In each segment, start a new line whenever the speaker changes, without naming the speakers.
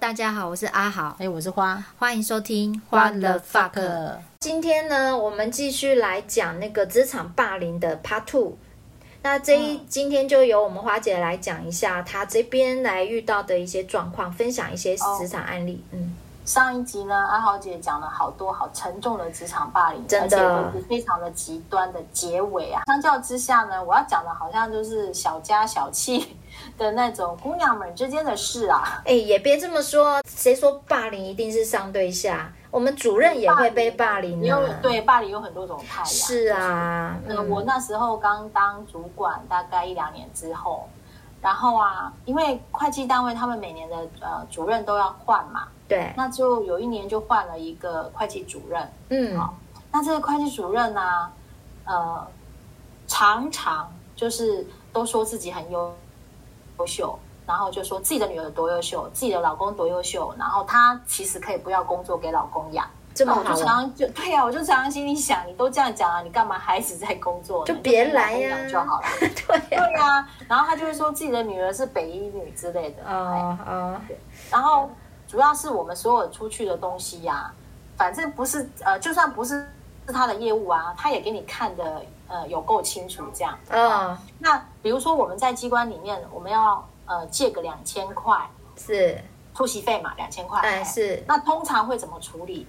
大家好，我是阿豪，
哎，我是花
欢迎收听《
花
What the Fuck》。今天呢，我们继续来讲那个职场霸凌的 Part Two。那这一、
嗯
今天就由我们花姐来讲一下她这边来遇到的一些状况，分享一些职场案
哦
例。嗯，
上一集呢，阿豪姐讲了好多好沉重的职场霸凌，
真
而
的
且都是非常的极端的结尾啊。相较之下呢，我要讲的好像就是小家小气 的那种姑娘们之间的事啊。
哎，也别这么说，谁说霸凌一定是上对下？我们主任也会被霸凌
也
呢、
哦有对霸凌有很多种派呀、
是啊，
呃，
嗯
我那时候刚当主管，大概一两年之后，然后啊，因为会计单位他们每年的呃主任都要换嘛，
对，
那就有一年就换了一个会计主任。
嗯，
好那这个会计主任呢、呃，常常就是都说自己很优优秀，然后就说自己的女儿多优秀，自己的老公多优秀，然后她其实可以不要工作给老公养。哦
这么
那我就
好
常
啊，
常就对呀、我就常常心里想，你都这样讲了、你干嘛还一直在工作呢？
就别来
你就
呀
跟老公讲就好了。
对
对
啊，
呀、然后他就会说自己的女儿是北医女之类的。哎
哦哦，
然后主要是我们所有出去的东西呀、反正不是呃，就算不是是他的业务啊，他也给你看的呃有够清楚这样。
哦，
那比如说我们在机关里面，我们要呃借个两千块
是，
出席费嘛，两千块。
哎是。
那通常会怎么处理？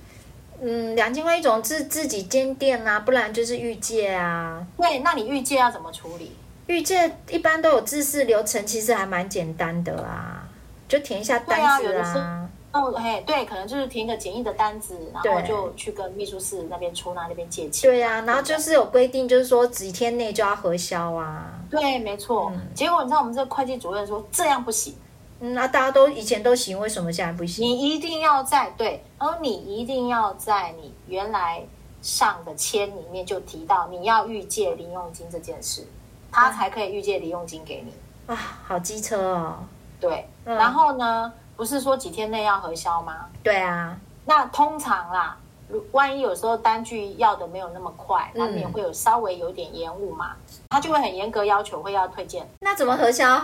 嗯，两千块一种是自己兼店啊，不然就是预借啊。
对，那你预借要怎么处理？
预借一般都有自式流程，其实还蛮简单的啊，就填一下单子
对啊有的时
啊。
哦，嘿，对，可能就是填一个简易的单子，然后
对
就去跟秘书室那边出纳那边借钱。
对啊，然后就是有规定，就是说几天内就要核销啊。
对，没错。结果你知道我们这个会计主任说这样不行，
嗯，那、大家都以前都行，为什么现在不行？
你一定要在对，然后你一定要在你原来上的签里面就提到你要预借零用金这件事，他才可以预借零用金给你。
啊，好机车哦。
对，
嗯
然后呢，不是说几天内要核销吗？
对啊，
那通常啦，如万一有时候单据要的没有那么快，
嗯
难免会有稍微有点延误嘛，他就会很严格要求会要推荐。
那怎么核销？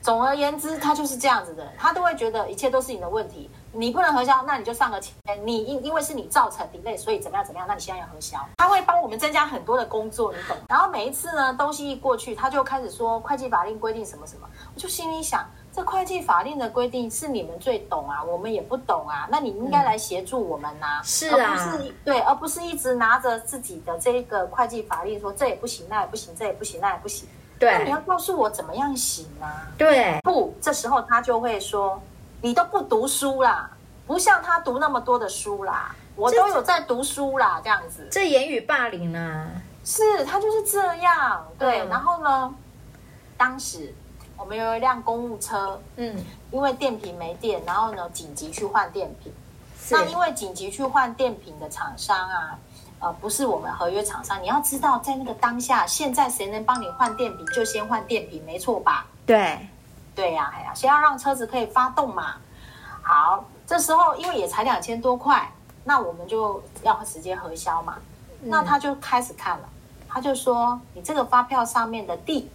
总而言之，他就是这样子的，他都会觉得一切都是你的问题，你不能核销，那你就上个签，你因因为是你造成 delay，所以怎么样怎么样，那你现在要核销，他会帮我们增加很多的工作，你懂吗？然后每一次呢，东西一过去，他就开始说会计法令规定什么什么，我就心里想，这会计法令的规定是你们最懂啊，我们也不懂啊，那你应该来协助我们呐、
是
而
啊
不是对，而不是一直拿着自己的这个会计法令说这也不行，那也不行，这也不行，那也不行，那你
对
要告诉我怎么样行啊？
对，
不，这时候他就会说：“你都不读书啦，不像他读那么多的书啦，我都有在读书啦。”这样子
这言语霸凌啊。
是他就是这样对。
嗯
然后呢，当时我们有一辆公务车，
嗯，
因为电瓶没电，然后呢紧急去换电瓶。
是
那因为紧急去换电瓶的厂商啊，呃，不是我们合约厂商，你要知道在那个当下，现在谁能帮你换电瓶就先换电瓶，没错吧？
对，
对呀、哎呀、先要让车子可以发动嘛。好，这时候因为也才两千多块，那我们就要直接核销嘛。
嗯
那他就开始看了，他就说你这个发票上面的地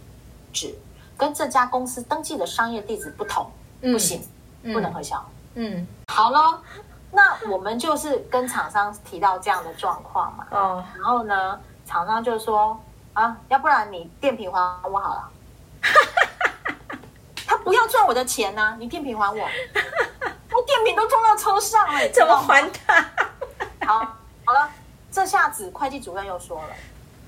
址跟这家公司登记的商业地址不同，不行，不能核销。
嗯，
好了，那我们就是跟厂商提到这样的状况嘛。
哦，
然后呢，厂商就说啊，要不然你电瓶还我好了。 他不要赚我的钱呐、你电瓶还我，我电瓶都装到车上了，你知
怎么
道吗？
还他？
好，好了，这下子会计主任又说了，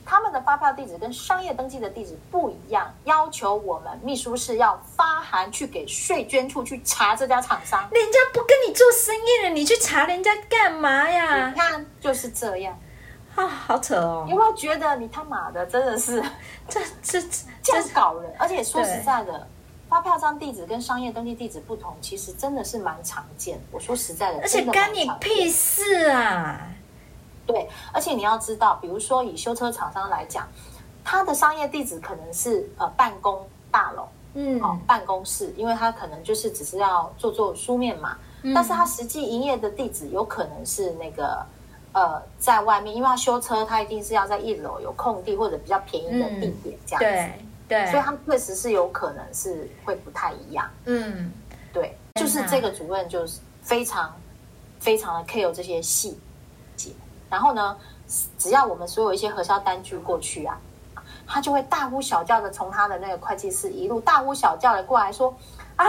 他们的发票地址跟商业登记的地址不一样，要求我们秘书室要发函去给税捐处去查这家厂商。
人家不跟你做生意了，你去查人家干嘛呀
你？看就是这样，
啊，好扯
你
哦！
有没有觉得你他妈的真的是？
这这这
这
这
样搞人，而且说
对
实在的，发票章地址跟商业登记地址不同，其实真的是蛮常见。我说实在的，
而且
真的
干
蛮
你
常见
屁事啊！
对，而且你要知道，比如说以修车厂商来讲，它的商业地址可能是呃办公大楼
嗯，
哦、办公室，因为它可能就是只是要做做书面嘛，
嗯
但是它实际营业的地址有可能是那个。呃，在外面，因为它修车，它一定是要在一楼有空地或者比较便宜的地点这样子。
嗯对对
所以，他们确实是有可能是会不太一样。
嗯，
对，就是这个主任就是非常非常的 care 这些细节，然后呢，只要我们所有一些核销单据过去啊，他就会大呼小叫的从他的那个会计室一路大呼小叫的过来说。啊，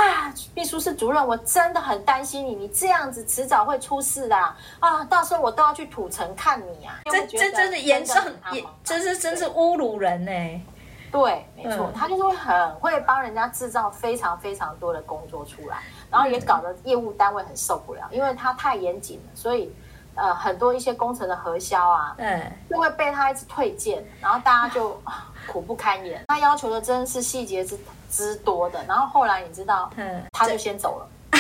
秘书室主任，我真的很担心你，你这样子迟早会出事的啊！啊到时候我都要去土城看你啊！
这这真的严重，也这是真是侮辱人呢、欸。
对，没错，嗯、他就是会很会帮人家制造非常非常多的工作出来，然后也搞得业务单位很受不了，因为他太严谨了，所以呃，很多一些工程的核销啊，嗯，就会被他一直推荐，然后大家就、啊、苦不堪言。他要求的真的是细节之之多的，然后后来你知道，嗯，他就先走了。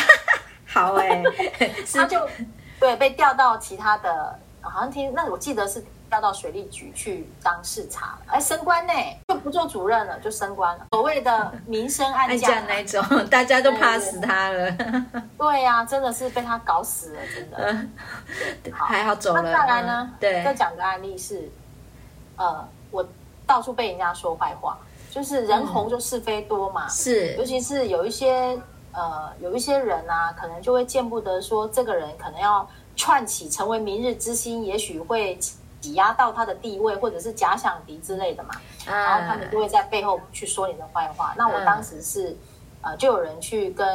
好 哎、欸，
他就对被调到其他的，好像听那我记得是。调到水利局去当视察，哎，升官呢，就不做主任了，就升官了。所谓的明升暗降、啊、
那种，大家都怕死他了。
嗯对呀、啊，真的是被他搞死了，真的。
嗯、 好还好走了。那
再来呢？
嗯、对，
再讲个案例是，呃，我到处被人家说坏话，就是人
嗯
红就是非多嘛。嗯、
是，
尤其是有一些呃，有一些人啊，可能就会见不得说这个人可能要串起成为明日之星，也许会。挤压到他的地位，或者是假想敌之类的嘛，嗯、然后他们就会在背后去说你的坏话。那我当时是，嗯、呃，就有人去跟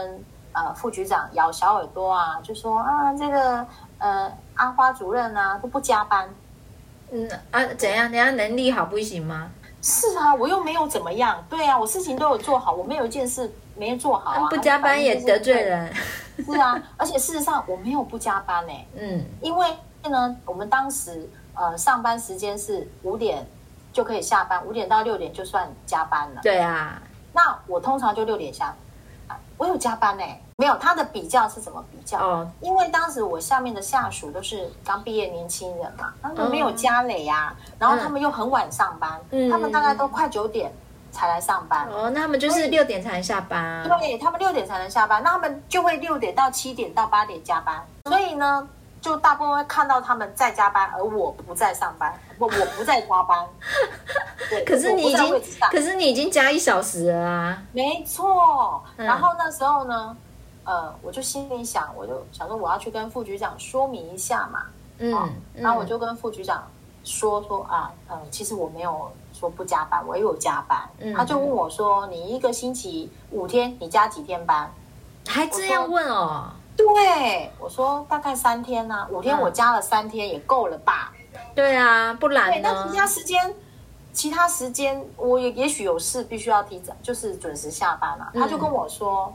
呃副局长咬小耳朵啊，就说啊这个呃阿花主任啊都不加班，
嗯啊怎样？人家能力好不行吗？
是啊，我又没有怎么样，对啊，我事情都有做好，我没有一件事没做好啊。
嗯不加班也得罪人，
是啊，而且事实上我没有不加班呢、欸，嗯，因为呢我们当时。呃，上班时间是五点就可以下班，五点到六点就算加班了。
对啊，
那我通常就六点下班，我有加班呢、欸。没有，他的比较是怎么比较？哦，因为当时我下面的下属都是刚毕业年轻人嘛，他们没有家累呀、啊，嗯、然后他们又很晚上班，嗯、他们大概都快九点才来上班。
哦，那他们就是六点才能下班。
对，他们六点才能下班，那他们就会六点到七点到八点加班。所以呢。就大部分会看到他们在加班，而我不在上班，不，我不在加班。对，
可是你已经，可是你已经加一小时了啊。
没错。嗯、然后那时候呢，呃，我就心里想，我就想说我要去跟副局长说明一下嘛。嗯。哦、嗯然后我就跟副局长说说啊，呃，其实我没有说不加班，我有加班。嗯。他就问我说：“你一个星期五天，你加几天班？”
还这样问哦。
对，我说大概三天呐、啊，五天我加了三天也够了吧？
嗯、对啊，不然
那其他时间，其他时间我也也许有事必须要提早，就是准时下班了、啊。嗯、他就跟我说，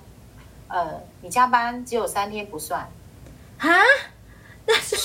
呃，你加班只有三天不算
啊？那是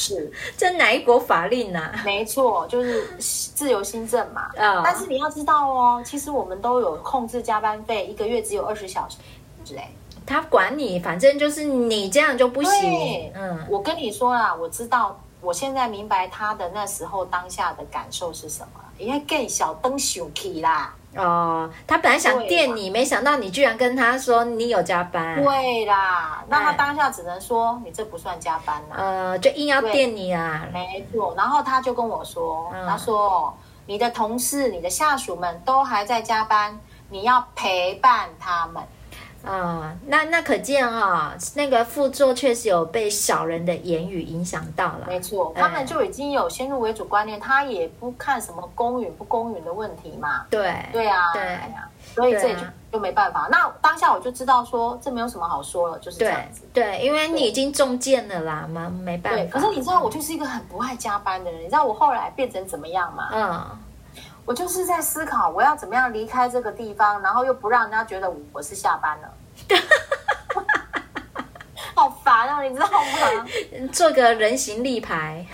这哪一国法令啊？
没错，就是自由新政嘛。啊、哦，但是你要知道哦，其实我们都有控制加班费，一个月只有二十小时之类。
他管你，反正就是你这样就不行。
嗯，我跟你说啦，我知道，我现在明白他的那时候当下的感受是什么，因为更小灯小 K 啦。
哦，他本来
啊
想电你，没想到你居然跟他说你有加班。
嗯对啦，那他当下只能说你这不算加班啦。
呃，就硬要电你啊。
没错，然后他就跟我说，嗯、他说你的同事、你的下属们都还在加班，你要陪伴他们。
啊、嗯，那那可见哈、哦，那个副作确实有被小人的言语影响到了。
没错，他们就已经有先入为主观念，他也不看什么公允不公允的问题嘛。
对，
对啊，
对
啊，所以这也就、啊、就没办法。那当下我就知道说，这没有什么好说了，就是这样子。
对，对因为你已经中箭了啦嘛，没办法。对，
可是你知道我就是一个很不爱加班的人，你知道我后来变成怎么样吗？嗯。我就是在思考，我要怎么样离开这个地方，然后又不让人家觉得我是下班 了，好烦啊！你知道吗？
做个人形立牌，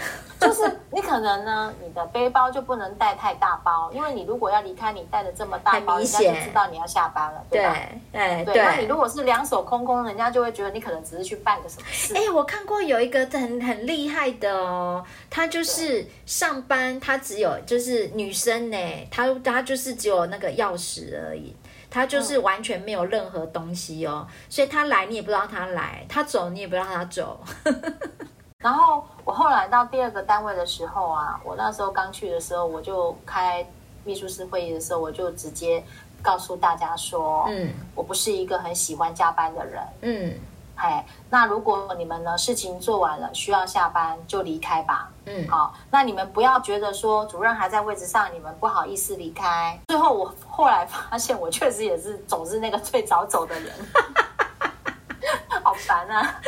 就是你可能呢，你的背包就不能带太大包，因为你如果要离开，你带的这么大包，人家就知道你要下班了，对吧？啊
哎，
对。那你如果是两手空空，人家就会觉得你可能只是去办个什么事。
哎，我看过有一个很很厉害的哦。她就是上班，她只有就是女生呢、欸，她她就是只有那个钥匙而已，她
嗯
就是完全没有任何东西哦，所以她来你也不知道她来，她走你也不知道她 走。
然后我后来到第二个单位的时候啊，我那时候刚去的时候，我就开秘书室会议的时候，我就直接告诉大家说，嗯，我不是一个很喜欢加班的人，嗯。哎，那如果你们呢事情做完了，需要下班就离开吧。
嗯
好，哦那你们不要觉得说主任还在位置上，你们不好意思离开。最后我后来发现，我确实也是总是那个最早走的人， 好烦啊！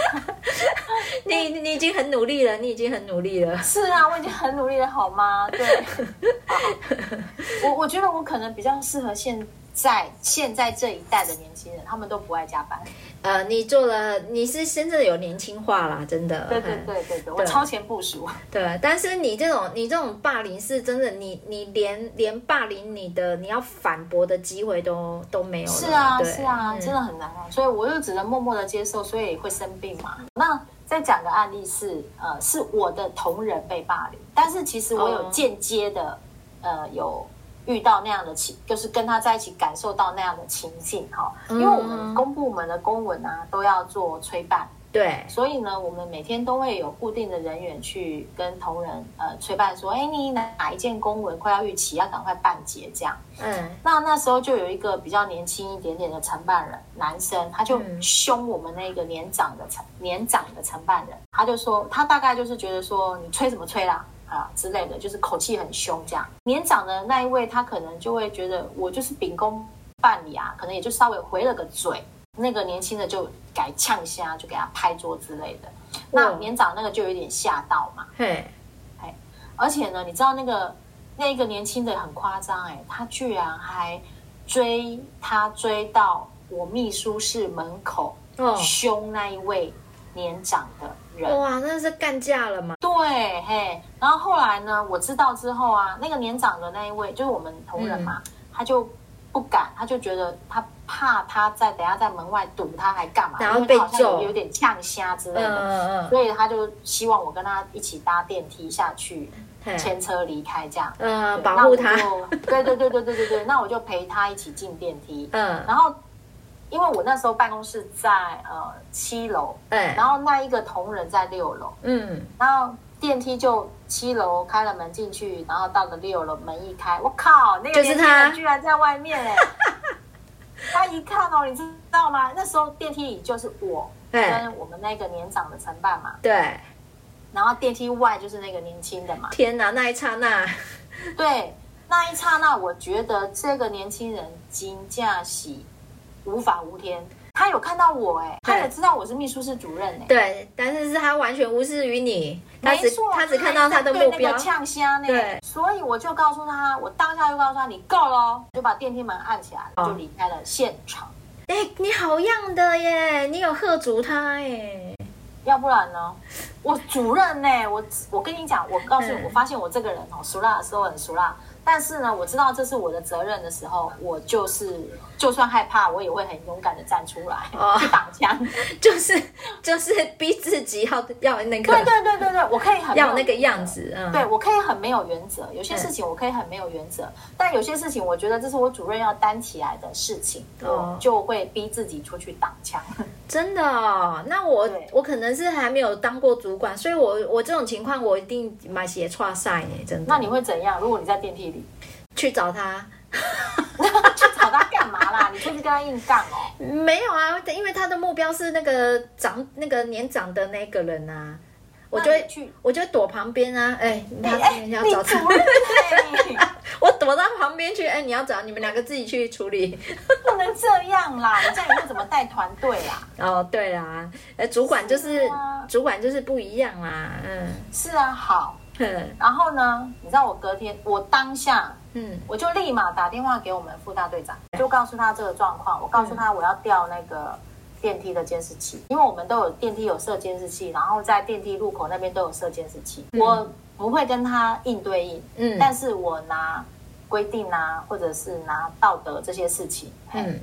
你你已经很努力了，你已经很努力了。
是啊，我已经很努力了，好吗？对，好我我觉得我可能比较适合现在现在这一代的年轻人，他们都不爱加班。
呃，你做了，你是真的有年轻化啦，真的。
对对
嗯
对对对，我超前部署。
对，但是你这种你这种霸凌是真的，你你连连霸凌你的你要反驳的机会都都没有了。
是啊，
对嗯
是啊，真的很难啊，所以我就只能默默的接受，所以会生病嘛。那再讲个案例是，呃，是我的同仁被霸凌，但是其实我有
哦
间接的，呃，有遇到那样的情，就是跟他在一起感受到那样的情境哈、
嗯
因为我们公部门的公文啊都要做催办，
对，
所以呢，我们每天都会有固定的人员去跟同仁呃催办说，哎，你哪一件公文快要逾期，要赶快办结这样。
嗯，
那那时候就有一个比较年轻一点点的承办人，男生，他就
嗯
凶我们那个年长的承年长的承办人，他就说他大概就是觉得说你吹什么吹啦啊之类的，就是口气很凶这样。年长的那一位他可能就会觉得我就是秉公办理啊，可能也就稍微回了个嘴，那个年轻的就改呛一下，就给他拍桌之类的。那
哇
年长那个就有点吓到嘛，
嘿，
而且呢，你知道那个那个年轻的很夸张哎，他居然还追他追到我秘书室门口、
哦，
凶那一位年长的人。
哇，那是干架了嘛？
对，嘿，然后后来呢，我知道之后啊，那个年长的那一位就是我们同仁嘛，
嗯
他就不敢，他就觉得他怕他在等下在门外堵他还干嘛，
然后
因为他好
被
像有
揍
有点呛虾之类
嗯
的，
嗯嗯，
所以他就希望我跟他一起搭电梯下去，
嘿，
牵车离开这样。
呃，
对
保护他，。
那我就对对对对对对对，那我就陪他一起进电梯。
嗯，
然后，因为我那时候办公室在呃七楼，
哎，
然后那一个同仁在六楼，
嗯，
然后电梯就七楼开了门进去，然后到了六楼门一开，我靠，那个
就是
年轻
他
人居然在外面 哎、他一看哦，你知道吗？那时候电梯里就是我
哎，
跟我们那个年长的承办嘛，
对，
然后电梯外就是那个年轻的嘛。
天哪，那一刹那，
对，那一刹那，我觉得这个年轻人金驾喜无法无天。他有看到我哎、他也
对
知道我是秘书室主任哎、
对，但是是他完全无视于你，他
没
只
错，
他只看到
还
他
在
的
对
目标
那个，呛虾那
对
个，所以我就告诉他，我当下就告诉他，你够了哦，就把电梯门按起来，
哦
就离开了现场。
哎，你好样的耶，你有喝足他耶，
要不然呢？我主任呢、我我跟你讲，我告诉你，
嗯
我发现我这个人哦，熟辣的时候很熟辣，但是呢，我知道这是我的责任的时候，我就是就算害怕，我也会很勇敢的站出来、
哦
去挡 枪。
就是就是逼自己要要那
对
个
对对对对，我可以很没有
要那个样。嗯子，嗯，
对，我可以很没有原则，有些事情我可以很没有原则，但有些事情我觉得这是我主任要担起来的事情，
哦
我就会逼自己出去挡枪。
真的哦，那我
对
我可能是还没有当过主管，所以我我这种情况我一定买鞋跨赛呢，真的。
那你会怎样？如果你在电梯里，
去找他？
去找他干嘛啦？你出去跟他硬杠哦？
没有啊，因为他的目标是那个长那个年长的那个人啊，我就
那
会
你去。
我就会躲旁边啊，哎、
哎
他
哎，
你
你
要找
主
他，
任哎、你
我躲到旁边去，哎、你要找你们两个自己去处理。
不能这样啦！你这样以后怎么带团队啦？
哦，对啦，呃，主管就是
是啊
主管就是不一样啦，嗯
是啊，好。
哼
然后呢，你知道我隔天，我当下
嗯
我就立马打电话给我们副大队长，就告诉他这个状况。我告诉他我要调那个电梯的监视器，因为我们都有电梯有设监视器，然后在电梯入口那边都有设监视器。
嗯
我不会跟他硬对应，
嗯
但是我拿规定啊，或者是拿道德这些事情，嗯，
嗯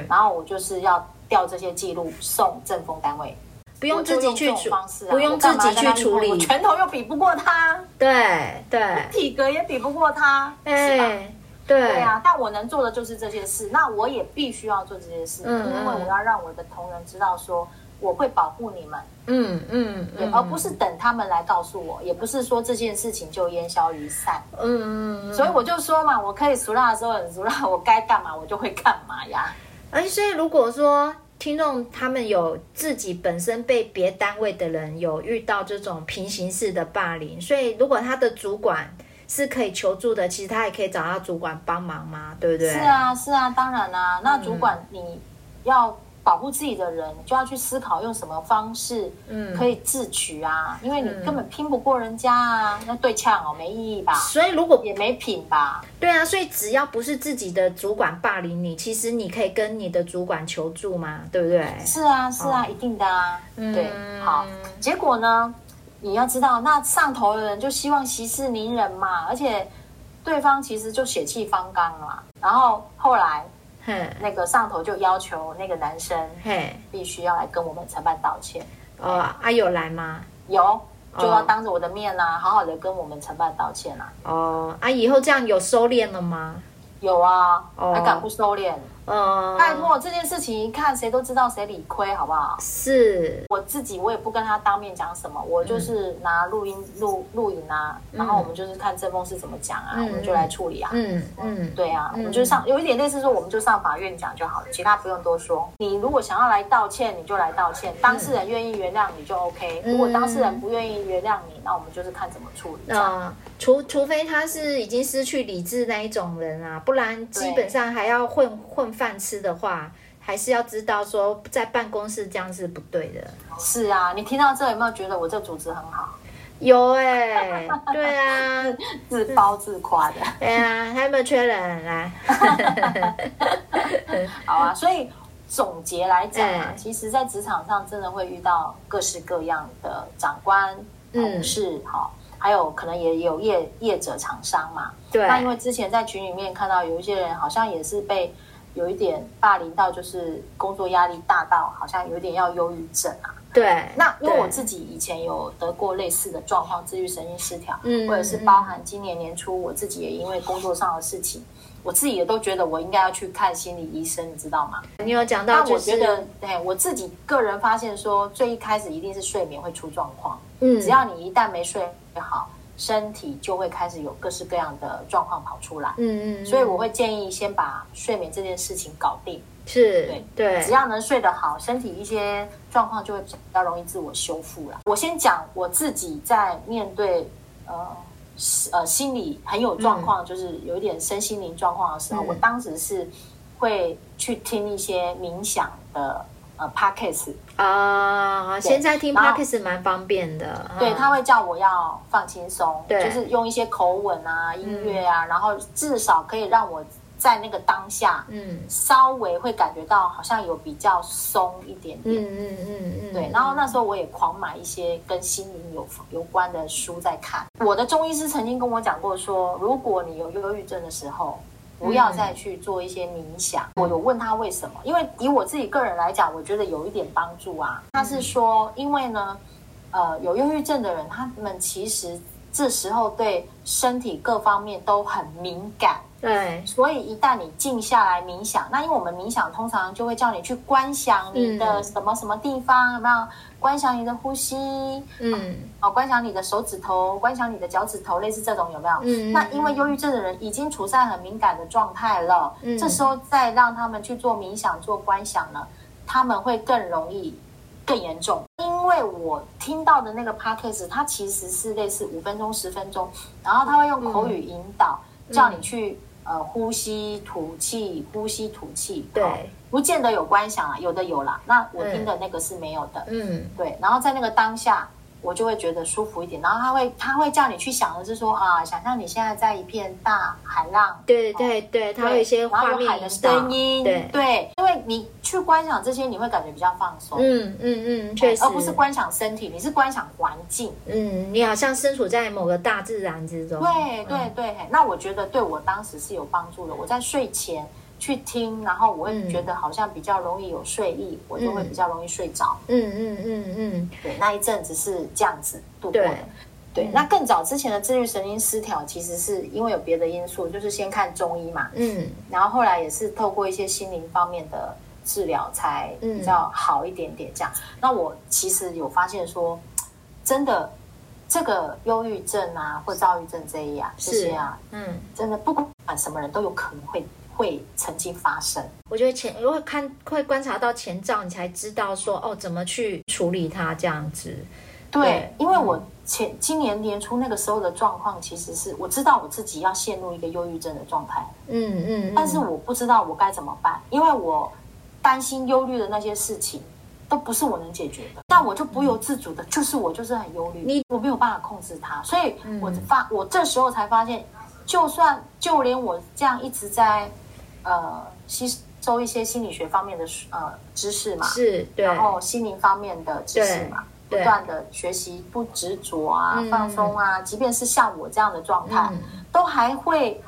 嗯，
然后我就是要调这些记录送政风单位，
不
不
用自己去处，
方式、啊，
不用自己去处
我干嘛跟他硬碰我
理，
拳头又比不过他，
对对，
体格也比不过他，是吧？
哎对
对啊，但我能做的就是这些事，那我也必须要做这些事，
嗯
因为我要让我的同仁知道说。我会保护你们，
嗯嗯
对
嗯，
而不是等他们来告诉我，也不是说这件事情就烟消云散。
嗯嗯嗯，
所以我就说嘛，我可以熟辣的时候很熟辣，我该干嘛我就会干嘛呀。
而且所以如果说听众他们有自己本身被别单位的人有遇到这种平行式的霸凌，所以如果他的主管是可以求助的，其实他也可以找他主管帮忙嘛，对不对？嗯
是，啊，是啊，当然啦、那主管，你要保护自己的人，就要去思考用什么方式
嗯，
可以自取啊，因为你根本拼不过人家啊，那对呛哦没意义吧，
所以如果
也没品吧。
对啊，所以只要不是自己的主管霸凌你，其实你可以跟你的主管求助嘛，对不对？
是啊，是
哦
啊，一定的啊。
嗯
对，好。结果呢，你要知道，那上头的人就希望息事宁人嘛，而且对方其实就血气方刚嘛。然后后来
嘿，
那个上头就要求那个男生
嘿，
必须要来跟我们承办道歉，
哦，啊有来吗？
有
哦
就要当着我的面啊，好好的跟我们承办道歉啊。
哦，啊以后这样有收敛了吗？
有啊，
哦
还敢不收敛？
呃，
拜托，这件事情一看谁都知道谁理亏，好不好？
是，
我自己我也不跟他当面讲什么，我就是
嗯
拿录音录录影啊，然后我们就是看郑峰是怎么讲啊，
嗯
我们就来处理啊。
嗯嗯，
对啊，
嗯
我们就上有一点类似说，我们就上法院讲就好了，其他不用多说。你如果想要来道歉，你就来道歉；当事人愿意原谅你就 OK，、
嗯嗯
如果当事人不愿意原谅你，那我们就是看怎么处理这样。
那呃除除非他是已经失去理智那一种人啊，不然基本上还要混混饭吃的话，还是要知道说在办公室这样是不对的。
是啊，你听到这有没有觉得我这组织很好，
有哎、对啊，
自包自 夸的？
对啊，还有没有缺人啊来？
好啊，所以总结来讲啊，
嗯
其实，在职场上真的会遇到各式各样的长官、
嗯
同事，好、还有可能也有业业者、厂商嘛。
对，
那因为之前在群里面看到有一些人好像也是被有一点霸凌到，就是工作压力大到好像有点要忧郁症啊。
对，
那因为
对
我自己以前有得过类似的状况，自律神经失调，
嗯
或者是包含今年年初我自己也因为工作上的事情，我自己也都觉得我应该要去看心理医生，你知道吗？
你有讲到
但
就
我
是，
觉得，哎，我自己个人发现说，最一开始一定是睡眠会出状况，
嗯，
只要你一旦没睡好，身体就会开始有各式各样的状况跑出来。
嗯嗯，
所以我会建议先把睡眠这件事情搞定，
是
对
对
只要能睡得好，身体一些状况就会比较容易自我修复了。我先讲我自己在面对呃是呃心理很有状况，就是有一点身心灵状况的时候，
嗯
我当时是会去听一些冥想的呃 podcast，、
啊、现在听
然后
podcast 蛮方便的，
对
嗯
他会叫我要放轻松，
对嗯
就是用一些口吻啊、音乐啊，然后至少可以让我在那个当下。
嗯
稍微会感觉到好像有比较松一点点，
嗯嗯嗯嗯，
对，然后那时候我也狂买一些跟心灵有有关的书在看。我的中医师曾经跟我讲过说，如果你有忧郁症的时候，不要
嗯
再去做一些冥想。我有问他为什么，因为以我自己个人来讲，我觉得有一点帮助啊。他
嗯
是说，因为呢，呃，有忧郁症的人，他们其实这时候对身体各方面都很敏感。
对，
所以一旦你静下来冥想，那因为我们冥想通常就会叫你去观想你的
嗯
什么什么地方，有没有？观想你的呼吸，
嗯
哦，观想你的手指头，观想你的脚趾头，类似这种有没有？
嗯
啊那因为忧郁症的人已经处在很敏感的状态了，
嗯
这时候再让他们去做冥想、做观想呢，他们会更容易、更严重。因为我听到的那个 podcast，它其实是类似五分钟、十分钟，然后他会用口语引导，
嗯
叫你去呃呼吸、吐气、呼吸、吐气。
对
好不见得有观想啊，有的有啦。那我听的那个是没有的。
嗯
对，然后在那个当下，我就会觉得舒服一点。然后他会他会叫你去想的是说啊，想象你现在在一片大海浪，
对对对，它
对
会有一些
然后
画
有
面
海的
引导
声音，
对，
因为你去观想这些，你会感觉比较放松，
嗯嗯嗯，确实，
哦而不是观想身体，你是观想环境。
嗯，你好像身处在某个大自然之中，
对
嗯
对对，嘿那我觉得对我当时是有帮助的。我在睡前去听，然后我会
嗯
觉得好像比较容易有睡意，我就会
嗯
比较容易睡着。
嗯嗯嗯嗯，
对，那一阵子是这样子度过
对嗯
的。对，那更早之前的自律神经失调，其实是因为有别的因素，就是先看中医嘛，
嗯
然后后来也是透过一些心灵方面的治疗，才
嗯
比较好一点点这样。那我其实有发现说，真的这个忧郁症啊，或躁郁症这一啊，这
是
些啊，
嗯
真的不管什么人都有可能会会曾经发生。
我觉得前如果看会观察到前兆，你才知道说哦怎么去处理它这样子。
对，
对嗯
因为我前今年年初那个时候的状况，其实是我知道我自己要陷入一个忧郁症的状态，
嗯嗯，嗯
但是我不知道我该怎么办，因为我担心忧虑的那些事情都不是我能解决的，那我就不由自主的，就是我就是很忧虑，
嗯你嗯
我没有办法控制它，所以我发、我这时候才发现，就算就连我这样一直在呃吸收一些心理学方面的呃知识嘛，
是对，
然后心灵方面的知识嘛，不
对
断的学习，不执着啊，
嗯
放松啊，即便是像我这样的状态，
嗯
都还会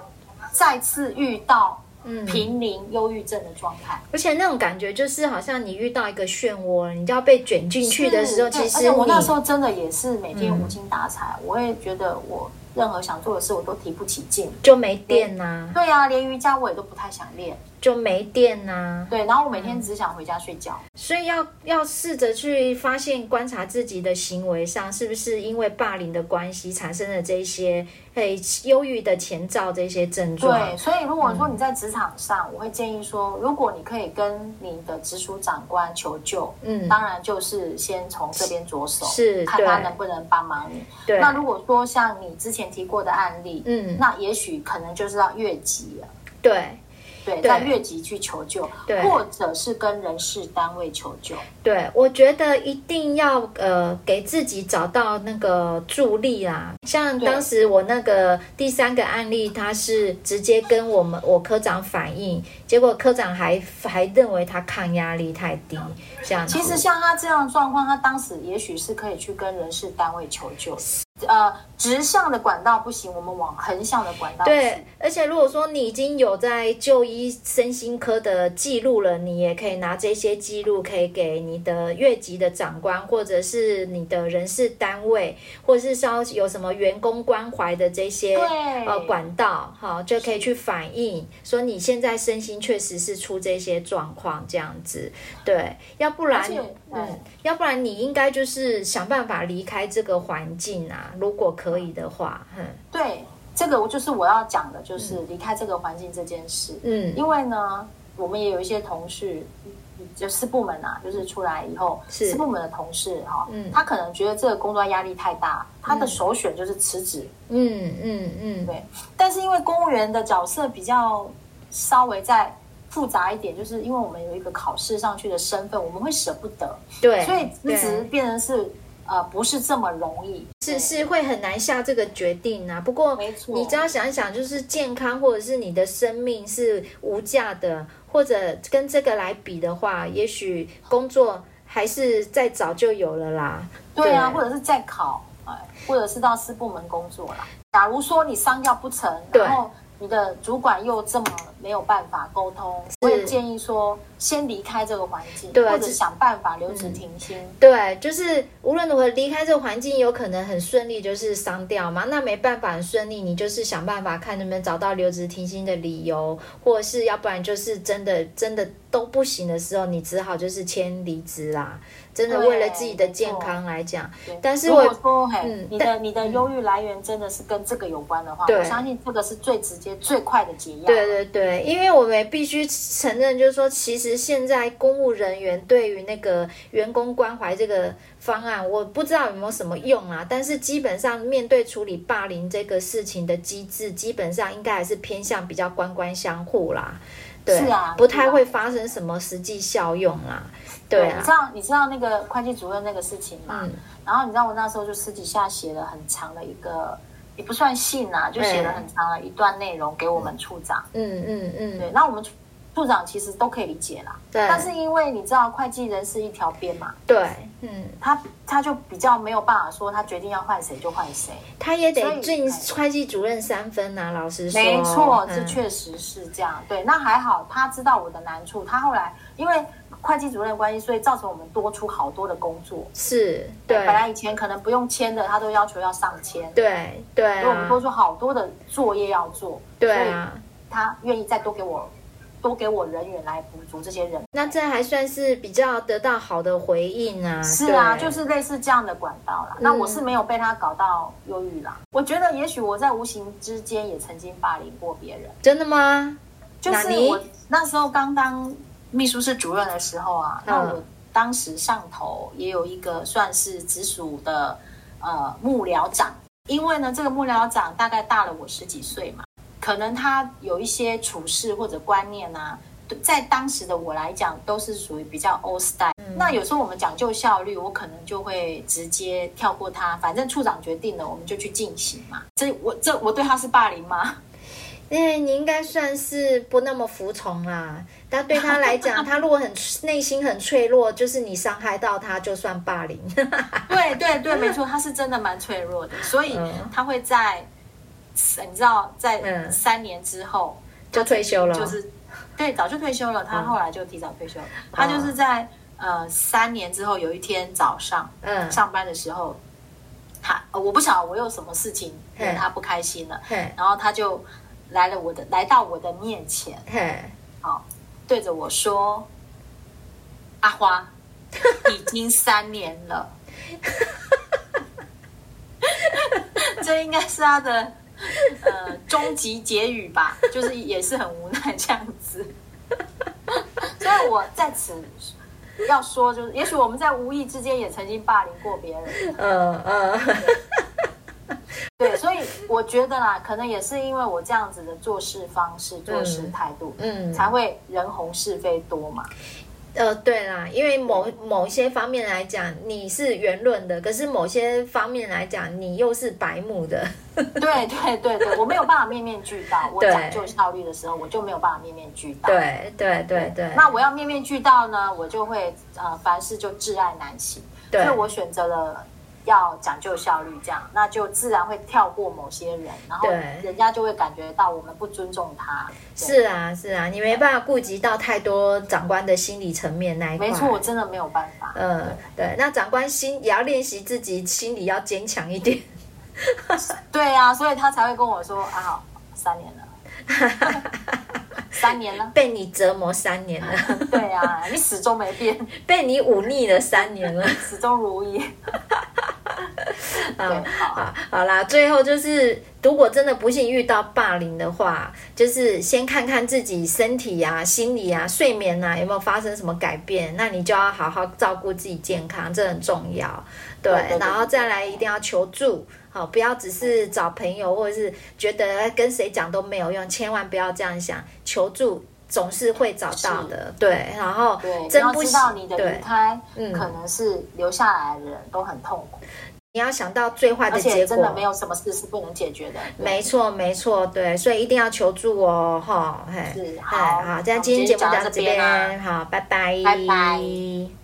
再次遇到
嗯
濒临忧郁症的状态。
而且那种感觉就是好像你遇到一个漩涡，你就要被卷进嗯去的时候，
是对
其实
而且我那
你
时候真的也是每天
嗯
无精打采，我也觉得我任何想做的事我都提不起劲。
就没电呐、
对啊，连瑜伽我也都不太想练。
就没电呐、
对，然后我每天只想回家睡觉。
所以要要试着去发现、观察自己的行为上是不是因为霸凌的关系产生了这些诶忧郁的前兆这些症状
对，。所以如果
嗯
说你在职场上，我会建议说，如果你可以跟你的直属长官求救，
嗯，
当然就是先从这边着手，
是
看他
对
能不能帮忙你。
对，
那如果说像你之前提过的案例，
嗯
那也许可能就是要越级了，
对
对，
对
在越级去求救，
对
或者是跟人事单位求救，
对，我觉得一定要呃给自己找到那个助力啦。像
对
当时我那个第三个案例，他是直接跟我们我科长反映，结果科长还还认为他抗压力太低，这样子。
其实像他这样的状况，他当时也许是可以去跟人事单位求救的。呃，直向的管道不行，我们往横向的管道去
对，而且如果说你已经有在就医身心科的记录了，你也可以拿这些记录，可以给你的越级的长官，或者是你的人事单位，或者是稍有什么员工关怀的这些
对
呃管道，好就可以去反映说你现在身心确实是出这些状况这样子，对，要不然
而且
嗯
嗯，
要不然你应该就是想办法离开这个环境啊，如果可以的话，嗯
对，这个我就是我要讲的，就是离开这个环境这件事。
嗯。
因为呢，我们也有一些同事，就四部门啊，就是出来以后，
是
四部门的同事哈、
嗯
他可能觉得这个工作压力太大，他的首选就是辞职。
嗯嗯嗯，
对，但是因为公务员的角色比较稍微再复杂一点，就是因为我们有一个考试上去的身份，我们会舍不得，
对，
所以辞职
对
变成是呃不是这么容易。对
是是会很难下这个决定啊。不过
没错
你只要想一想，就是健康或者是你的生命是无价的，或者跟这个来比的话，也许工作还是再早就有了啦。
对啊，
对
或者是再考，哎，或者是到私部门工作啦。假如说你商调不成，
对
然后你的主管又这么没有办法沟通，我也建议说先离开这个环境，
对啊
或者
这嗯
想办法留职停薪。
对，就是无论如何离开这个环境，有可能很顺利，就是商掉嘛。那没办法，很顺利，你就是想办法看能不能找到留职停薪的理由，或者是要不然就是真的真的都不行的时候，你只好就是签离职啦。真的
对
为了自己的
没错
健康来讲
对，
但是
如果
我
说，嘿，
嗯
你的
但
你的忧郁来源真的是跟这个有关的话，
对
我相信这个是最直接、最快的解药。
对对对，因为我们也必须承认，就是说，其实现在公务人员对于那个员工关怀这个方案，我不知道有没有什么用啊。但是基本上，面对处理霸凌这个事情的机制，基本上应该还是偏向比较官官相护啦。对，
是啊
不太
是啊
会发生什么实际效用啦。对
对，你
啊
知，道你知道那个会计主任那个事情吗？
嗯
然后你知道我那时候就私底下写了很长的一个，也不算信啊，就写了很长的一段内容给我们处长。
嗯嗯嗯，
对，那我们处处长其实都可以理解啦，
对
但是因为你知道会计人是一条边嘛，
对，嗯，
他他就比较没有办法说他决定要换谁就换谁。
他也
所
得
以
进
哎
会计主任三分呐、老实说，
没错，
嗯
这确实是这样。对，那还好，他知道我的难处，他后来因为会计主任的关系，所以造成我们多出好多的工作。
是，对，
本来以前可能不用签的，他都要求要上签。
对对
所以我们
啊
多，出哦好多的作业要做，
对啊。
他愿意再多给我多给我人员来补足这些人。
那这还算是比较得到好的回应啊。
是啊，
对嗯
就是类似这样的管道啦。那我是没有被他搞到忧郁啦。我觉得也许我在无形之间也曾经霸凌过别人。
真的吗？
就是
哪里
我那时候刚当秘书室主任的时候啊，那
嗯
我当时上头也有一个算是直属的呃幕僚长，因为呢这个幕僚长大概大了我十几岁嘛，可能他有一些处事或者观念啊，对在当时的我来讲都是属于比较 old style。那有时候我们讲究效率，我可能就会直接跳过他，反正处长决定了，我们就去进行嘛。这我这我对他是霸凌吗？
哎，你应该算是不那么服从啦。但对他来讲，他如果很内心很脆弱，就是你伤害到他，就算霸凌。
对对对，没错，他是真的蛮脆弱的，所以
嗯
他会在，你知道，在
嗯
三年之后
就退休了，
就是，对，早就退休了，
嗯
他后来就提早退休，他就是在呃三年之后有一天早上
嗯，
上班的时候，他呃我不晓得我有什么事情
嘿
惹他不开心了，
嘿
然后他就来了我的来到我的面前，
嘿，
好，对着我说：“阿花，已经三年了。” 这应该是他的呃终极结语吧，就是也是很无奈这样子。所以我在此要说，就是也许我们在无意之间也曾经霸凌过别人，
呃呃，
对，所以我觉得啦，可能也是因为我这样子的做事方式、做事
嗯
态度，
嗯，
才会人红是非多嘛。
呃，对啦，因为某某些方面来讲，你是圆润的，可是某些方面来讲，你又是白目的。
对对对对，我没有办法面面俱到。我
对
讲究效率的时候，我就没有办法面面俱到。
对对对对，
那我要面面俱到呢，我就会呃，凡事就挚爱难行。
对
所以我选择了要讲究效率，这样，那就自然会跳过某些人，然后
对
人家就会感觉到我们不尊重他。对，
是啊是啊，你没办法顾及到太多长官的心理层面那一块。
没错，我真的没有办法。
嗯，对，那长官心也要练习自己心理要坚强一点。
对啊，所以他才会跟我说啊，好三年了， 三年了。
被你折磨三年 了，
对啊，你始终没变，
被你忤逆了三年了。
始终如一。
啊嗯
对，好。
好，啊好啦，最后就是，如果真的不幸遇到霸凌的话，就是先看看自己身体啊、心理啊、睡眠啊有没有发生什么改变，那你就要好好照顾自己健康，这很重要。对，
对对对
然后再来一定要求助。好，不要只是找朋友，或者是觉得呃跟谁讲都没有用，千万不要这样想。求助总是会找到的，对。然后
对，
真
要
不
知
行
道你的
对
离开
嗯
可能是留下来的人都很痛苦，
你要想到最坏
而
的
且
结
真的
果
没。有什么事是不能解决的。对
没错，没错，对，所以一定要求助哦，哈，嘿，
是
哎
好
好，
那
这样
我们
今天
今天
节目
讲
到
到啊
这
这边
边，
啦
好，拜拜，
拜拜